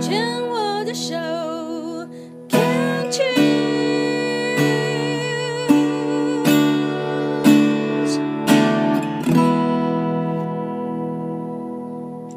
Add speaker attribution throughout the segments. Speaker 1: 牵我的手，Can't you？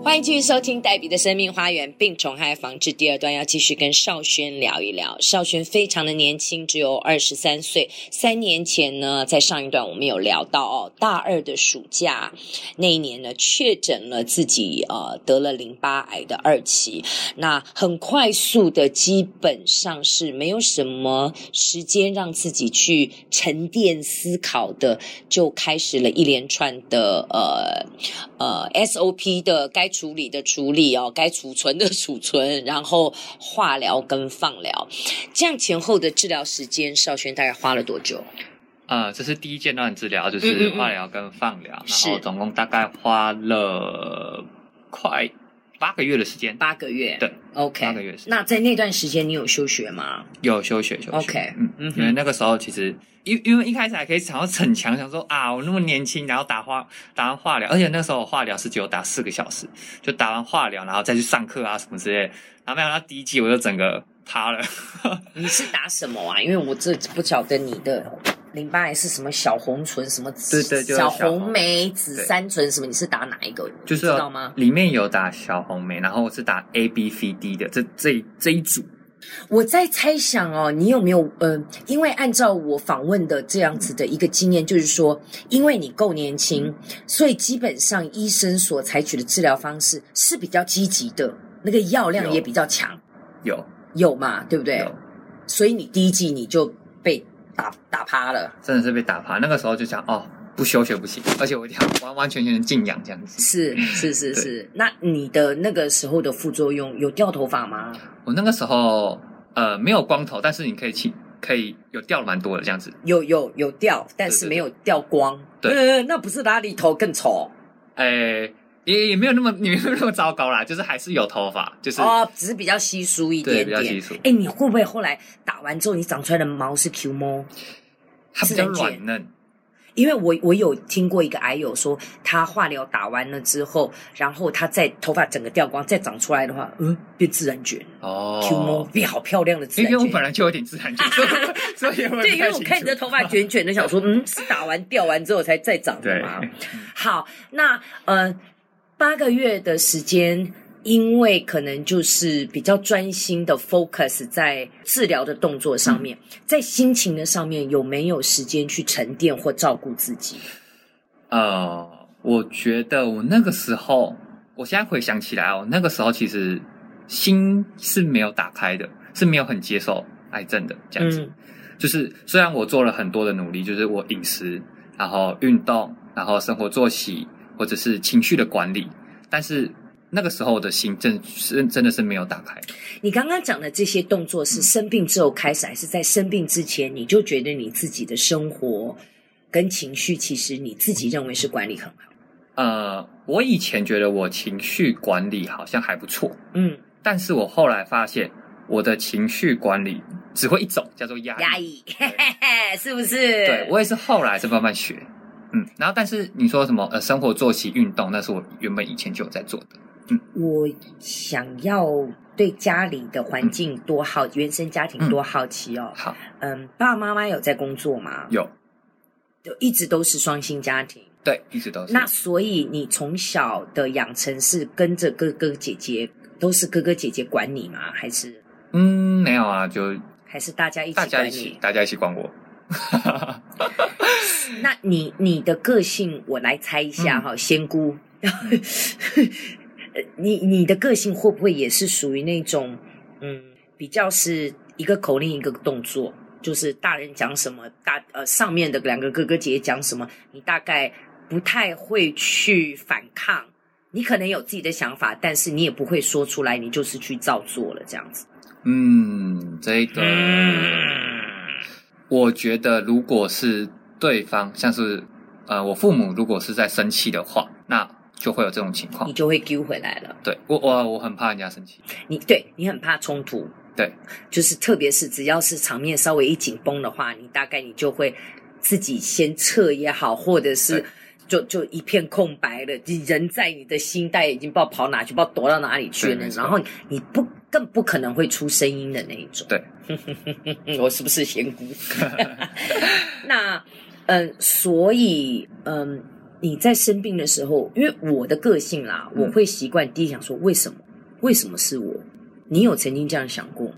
Speaker 2: 欢迎继续收听黛比的生命花园病虫害防治第二段，要继续跟少轩聊一聊。少轩非常的年轻，只有二十三岁。三年前呢，在上一段我们有聊到哦，大二的暑假那一年呢，确诊了自己呃得了淋巴癌的二期。那很快速的，基本上是没有什么时间让自己去沉淀思考的，就开始了一连串的呃呃 SOP 的该处理的处理哦，该储存的储存，然后化疗跟放疗，这样前后的治疗时间，少轩大概花了多久？
Speaker 3: 呃，这是第一阶段的治疗，
Speaker 2: 嗯
Speaker 3: 就是
Speaker 2: 嗯嗯
Speaker 3: 化疗跟放疗，
Speaker 2: 是
Speaker 3: 然后总共大概花了快八个月的时间，
Speaker 2: 八个月。
Speaker 3: 对
Speaker 2: ，OK，
Speaker 3: 八个月时间
Speaker 2: 那在那段时间，你有休学吗？
Speaker 3: 有休学休学。
Speaker 2: OK
Speaker 3: 嗯
Speaker 2: 嗯
Speaker 3: 嗯，
Speaker 2: 哼
Speaker 3: 因为那个时候其实，因因为一开始还可以想要逞强，想说啊，我那么年轻，然后打化打完化疗，而且那时候我化疗是只有打四个小时，就打完化疗然后再去上课啊什么之类的，然后没想到第一季我就整个趴了。
Speaker 2: 你是打什么啊？因为我这不晓得你的淋巴癌是什么小红醇什么紫
Speaker 3: 对对就是
Speaker 2: 小
Speaker 3: 小红
Speaker 2: 红莓、紫三醇什么，你是打哪一个？
Speaker 3: 就是
Speaker 2: 你知道吗？
Speaker 3: 里面有打小红莓，然后我是打 A B C D 的这这这一组。
Speaker 2: 我在猜想哦，你有没有呃？因为按照我访问的这样子的一个经验，就是说，因为你够年
Speaker 3: 嗯
Speaker 2: 轻，所以基本上医生所采取的治疗方式是比较积极的，那个药量
Speaker 3: 有
Speaker 2: 也比较强，
Speaker 3: 有
Speaker 2: 有嘛？对不对
Speaker 3: 有？，
Speaker 2: 所以你第一季你就被打打趴了。
Speaker 3: 真的是被打趴。那个时候就想，哦，不休学不行，而且我一定要完完全全的静养这样子。
Speaker 2: 是是是
Speaker 3: 对
Speaker 2: 是，那你的那个时候的副作用有掉头发吗？
Speaker 3: 我那个时候呃没有光头，但是你可以去可以有掉了蛮多的这样子。
Speaker 2: 有有有掉，但是
Speaker 3: 对对
Speaker 2: 没有掉光。
Speaker 3: 对
Speaker 2: 呃，那不是哪里头更丑
Speaker 3: 诶，也也没有那么你没有那么糟糕啦，就是还是有头发，就是、
Speaker 2: 哦，只是比较稀疏一
Speaker 3: 对
Speaker 2: 点
Speaker 3: 比较稀
Speaker 2: 点。
Speaker 3: 疏，
Speaker 2: 哎，你会不会后来打完之后，你长出来的毛是 Q 毛？
Speaker 3: 它比较
Speaker 2: 自然卷
Speaker 3: 软嫩。
Speaker 2: 因为我我有听过一个癌友说，他化疗打完了之后，然后他再头发整个掉光，再长出来的话，嗯，变自然卷、q 毛
Speaker 3: 哦，
Speaker 2: 变好漂亮的自
Speaker 3: 因
Speaker 2: 然
Speaker 3: 为我
Speaker 2: 卷
Speaker 3: 本。来就有点自然卷， 所以所以我
Speaker 2: 对，
Speaker 3: 也不太
Speaker 2: 因为我
Speaker 3: 清
Speaker 2: 看你
Speaker 3: 楚
Speaker 2: 的头发卷卷的，想说，嗯，是打完掉完之后才再长的
Speaker 3: 对
Speaker 2: 嘛。好，那呃，八个月的时间，因为可能就是比较专心的 focus 在治疗的动作上面，
Speaker 3: 嗯
Speaker 2: 在心情的上面有没有时间去沉淀或照顾自己？
Speaker 3: 呃，我觉得我那个时候，我现在回想起来哦，那个时候其实心是没有打开的，是没有很接受癌症的这样子。
Speaker 2: 嗯
Speaker 3: 就是虽然我做了很多的努力，就是我饮食，然后运动，然后生活作息，或者是情绪的管理，但是那个时候我的心真是真的是没有打开。
Speaker 2: 你刚刚讲的这些动作
Speaker 3: 嗯
Speaker 2: 是生病之后开始，还是在生病之前你就觉得你自己的生活跟情绪，其实你自己认为是管理很好？
Speaker 3: 呃，我以前觉得我情绪管理好像还不错，
Speaker 2: 嗯，
Speaker 3: 但是我后来发现我的情绪管理只会一种，叫做压力。
Speaker 2: 压抑，嘿嘿嘿，是不是？
Speaker 3: 对我也是后来是慢慢学，嗯，然后但是你说什么呃生活作息、运动，那是我原本以前就有在做的，
Speaker 2: 我想要对家里的环境多好，原生家庭多好奇哦。
Speaker 3: 好
Speaker 2: 嗯，爸爸妈妈有在工作吗？
Speaker 3: 有
Speaker 2: 就一直都是双薪家庭。
Speaker 3: 对，一直都是
Speaker 2: 那所以你从小的养成是跟着哥哥姐姐，都是哥哥姐姐管你吗？还是
Speaker 3: 嗯没有啊，就
Speaker 2: 还是大家一起
Speaker 3: 大家
Speaker 2: 管
Speaker 3: 一起
Speaker 2: 你？
Speaker 3: 大家一起管我，
Speaker 2: 那你你的个性，我来猜一下哈、仙姑。 呃你你的个性会不会也是属于那种，嗯，比较是一个口令一个动作，就是大人讲什么，大呃上面的两个哥哥姐姐讲什么，你大概不太会去反抗，你可能有自己的想法，但是你也不会说出来，你就是去照做了这样子。
Speaker 3: 嗯，这个、嗯我觉得如果是对方像是呃我父母如果是在生气的话，那就会有这种情况
Speaker 2: 你，就会丢回来了。
Speaker 3: 对我我我很怕人家生气，
Speaker 2: 你对你很怕冲突，
Speaker 3: 对，
Speaker 2: 就是特别是只要是场面稍微一紧绷的话，你大概你就会自己先撤也好，或者是
Speaker 3: 对
Speaker 2: 就就一片空白了，你人在你的心袋已经不知道跑哪去，不知道躲到哪里去
Speaker 3: 对
Speaker 2: 了
Speaker 3: 没，错
Speaker 2: 然后你不更不可能会出声音的那一种。
Speaker 3: 对，
Speaker 2: 我是不是仙姑？那嗯，所以嗯，你在生病的时候，因为我的个性啦，
Speaker 3: 嗯
Speaker 2: 我会习惯第一想说为什么，为什么是我？你有曾经这样想过吗？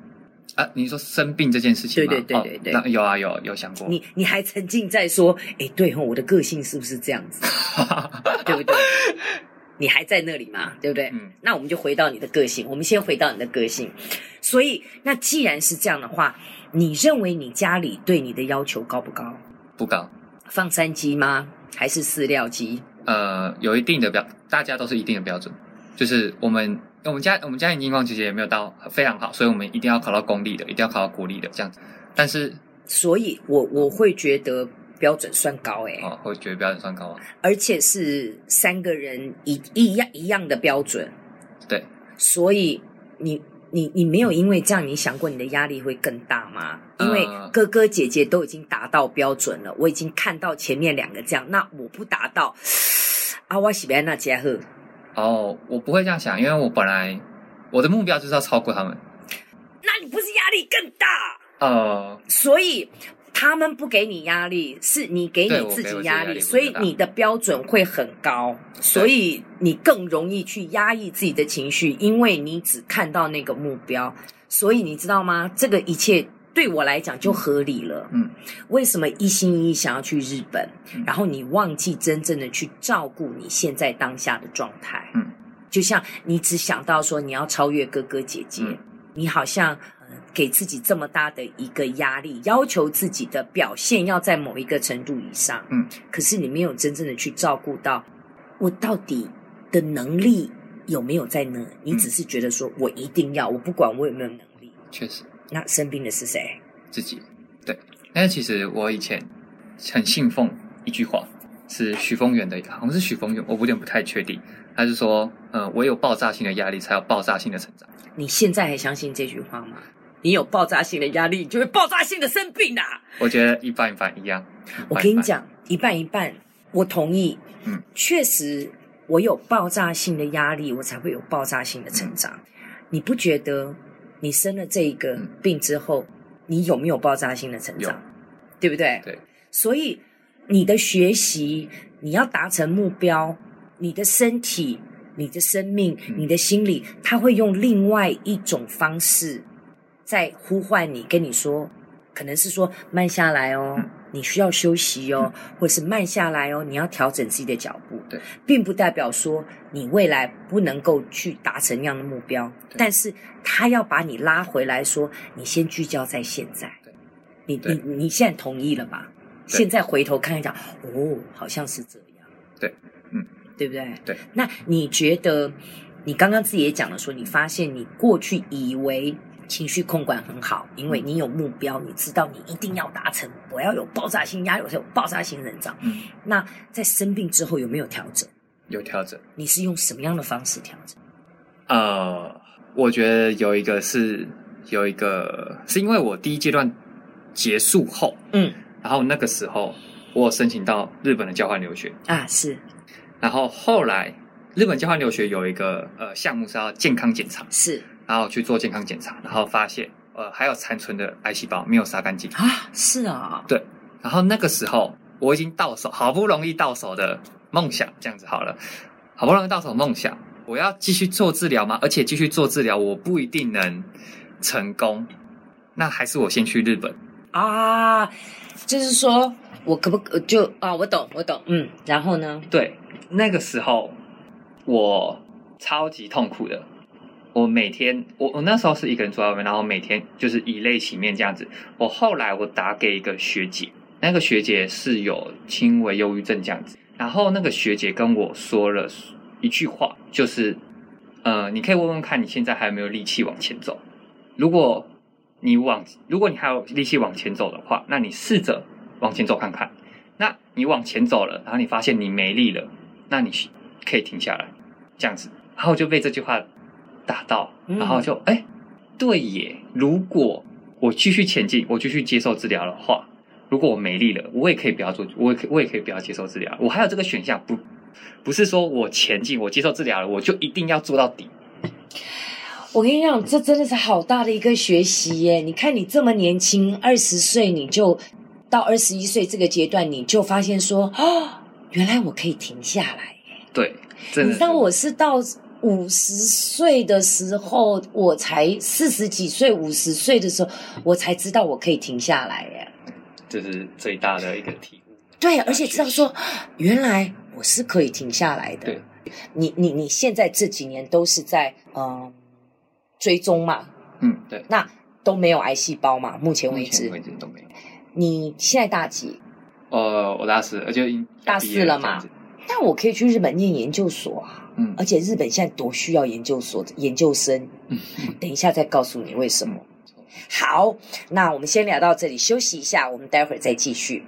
Speaker 3: 啊，你说生病这件事情吗？
Speaker 2: 对对对对对
Speaker 3: 哦那有啊有有想过，
Speaker 2: 你你还沉浸在说，哎，对吼，我的个性是不是这样子， 对不对？你还在那里嘛，对不对？
Speaker 3: 嗯
Speaker 2: 那我们就回到你的个性，我们先回到你的个性。所以，那既然是这样的话，你认为你家里对你的要求高不高？
Speaker 3: 不高，
Speaker 2: 放山鸡吗？还是饲料鸡？
Speaker 3: 呃，有一定的标，大家都是一定的标准，就是我们我们家我们家庭情况其实也没有到非常好，所以我们一定要考到公立的，一定要考到国立的这样子。但是
Speaker 2: 所以我我会觉得标准算高诶、
Speaker 3: 哦，我觉得标准算高啊，
Speaker 2: 而且是三个人一一样一样的标准，
Speaker 3: 对，
Speaker 2: 所以你你你没有因为这样，你想过你的压力会更大吗？因为
Speaker 3: 呃
Speaker 2: 哥哥姐姐都已经达到标准了，我已经看到前面两个这样，那我不达到，啊，我喜欢那结合。
Speaker 3: 哦，我不会这样想，因为我本来我的目标就是要超过他们，
Speaker 2: 那你不是压力更大？
Speaker 3: 呃，
Speaker 2: 所以他们不给你压力，是你给
Speaker 3: 对
Speaker 2: 你
Speaker 3: 我
Speaker 2: 自
Speaker 3: 给
Speaker 2: 己
Speaker 3: 我自己
Speaker 2: 压
Speaker 3: 压力
Speaker 2: 力，
Speaker 3: 会
Speaker 2: 所以
Speaker 3: 更大
Speaker 2: 你的标准会很高，所以你更容易去压抑自己的情绪，因为你只看到那个目标。所以你知道吗？这个一切对我来讲就合理了。
Speaker 3: 嗯，
Speaker 2: 为什么一心一意想要去日本，
Speaker 3: 嗯
Speaker 2: 然后你忘记真正的去照顾你现在当下的状态？
Speaker 3: 嗯，
Speaker 2: 就像你只想到说你要超越哥哥姐姐，
Speaker 3: 嗯
Speaker 2: 你好像。呃给自己这么大的一个压力，要求自己的表现要在某一个程度以上，
Speaker 3: 嗯，
Speaker 2: 可是你没有真正的去照顾到我到底的能力有没有在那，你
Speaker 3: 嗯
Speaker 2: 只是觉得说我一定要，我不管我有没有能力，
Speaker 3: 确实
Speaker 2: 那生病的是谁？
Speaker 3: 自己对。但是其实我以前很信奉一句话，是许峰源的，好像是许峰源，我有点不太确定。他是说，呃，唯有爆炸性的压力，才有爆炸性的成长。
Speaker 2: 你现在还相信这句话吗？你有爆炸性的压力，你就会爆炸性的生病啊啦、
Speaker 3: 我觉得一半一半一样。
Speaker 2: 我跟你
Speaker 3: 一半一半，
Speaker 2: 讲，一半一半，我同意。
Speaker 3: 嗯，
Speaker 2: 确实，我有爆炸性的压力，我才会有爆炸性的成长。你不觉得你生了这一个
Speaker 3: 嗯
Speaker 2: 病之后，你有没有爆炸性的成长
Speaker 3: 有？
Speaker 2: 对不对？
Speaker 3: 对。
Speaker 2: 所以你的学习，你要达成目标，你的身体、你的生命、
Speaker 3: 嗯
Speaker 2: 你的心理，它会用另外一种方式在呼唤你，跟你说，可能是说慢下来哦，
Speaker 3: 嗯
Speaker 2: 你需要休息哦，或是慢下来哦，你要调整自己的脚步。
Speaker 3: 对，
Speaker 2: 并不代表说你未来不能够去达成那样的目标，
Speaker 3: 对
Speaker 2: 但是他要把你拉回来说，你先聚焦在现在
Speaker 3: 对。
Speaker 2: 你
Speaker 3: 对
Speaker 2: 你你现在同意了吧？
Speaker 3: 对
Speaker 2: 现在回头看一下，哦，好像是这样。
Speaker 3: 对，嗯，
Speaker 2: 对不对？
Speaker 3: 对。
Speaker 2: 那你觉得，你刚刚自己也讲了说，你发现你过去以为情绪控管很好，因
Speaker 3: 嗯
Speaker 2: 为你有目标，你知道你一定要达成，我要有爆炸性压力，我才有爆炸性成长。
Speaker 3: 嗯，
Speaker 2: 那在生病之后有没有调整？
Speaker 3: 有调整。
Speaker 2: 你是用什么样的方式调整？
Speaker 3: 呃，我觉得有一个是有一个是因为我第一阶段结束后，
Speaker 2: 嗯，
Speaker 3: 然后那个时候我有申请到日本的交换留学，
Speaker 2: 啊，是
Speaker 3: 然后后来日本交换留学有一个呃项目是要健康检查，
Speaker 2: 是
Speaker 3: 然后去做健康检查，然后发现呃还有残存的癌细胞没有杀干净，
Speaker 2: 啊，是啊、
Speaker 3: 然后那个时候我已经到手，好不容易到手的梦想，这样子好了，好不容易到手梦想，我要继续做治疗吗？而且继续做治疗，我不一定能成功，那还是我先去日本。
Speaker 2: 啊，就是说我可不可就啊，我懂，我懂，嗯，然后呢？
Speaker 3: 对，那个时候我超级痛苦的。我每天，我我那时候是一个人住在外面，然后每天就是以泪洗面这样子。我后来我打给一个学姐，那个学姐是有轻微忧郁症这样子。然后那个学姐跟我说了一句话，就是，呃，你可以问问看你现在还有没有力气往前走。如果你往，如果你还有力气往前走的话，那你试着往前走看看。那你往前走了，然后你发现你没力了，那你可以停下来，这样子。然后我就被这句话打到，
Speaker 2: 嗯
Speaker 3: 然后就哎、对耶，如果我继续前进，我继续接受治疗的话，如果我没力了，我也可以不要做，我也可以我也可以不要接受治疗，我还有这个选项，不不是说我前进，我接受治疗了，我就一定要做到底。
Speaker 2: 我跟你讲，这真的是好大的一个学习耶！你看你这么年轻，二十岁你就到二十一岁这个阶段，你就发现说，哦，原来我可以停下来。
Speaker 3: 对，真的
Speaker 2: 你知
Speaker 3: 是。
Speaker 2: 道我是到五十岁的时候，我才四十几岁、五十岁的时候，我才知道我可以停下来耶。
Speaker 3: 这是最大的一个体悟。
Speaker 2: 对，而且知道说，原来我是可以停下来的
Speaker 3: 对。
Speaker 2: 你你你现在这几年都是在嗯、呃追踪嘛，
Speaker 3: 嗯，对，
Speaker 2: 那都没有癌细胞嘛，目前为
Speaker 3: 目前
Speaker 2: 止。
Speaker 3: 为止都没有。
Speaker 2: 你现在大几？
Speaker 3: 呃，我大四，而且已经
Speaker 2: 大
Speaker 3: 毕
Speaker 2: 四
Speaker 3: 业
Speaker 2: 了
Speaker 3: 这样
Speaker 2: 嘛
Speaker 3: 子
Speaker 2: 那我可以去日本念研究所啊，
Speaker 3: 嗯
Speaker 2: 而且日本现在多需要研究所研究生。
Speaker 3: 嗯
Speaker 2: 等一下再告诉你为什么
Speaker 3: 嗯。
Speaker 2: 好，那我们先聊到这里，休息一下，我们待会儿再继续。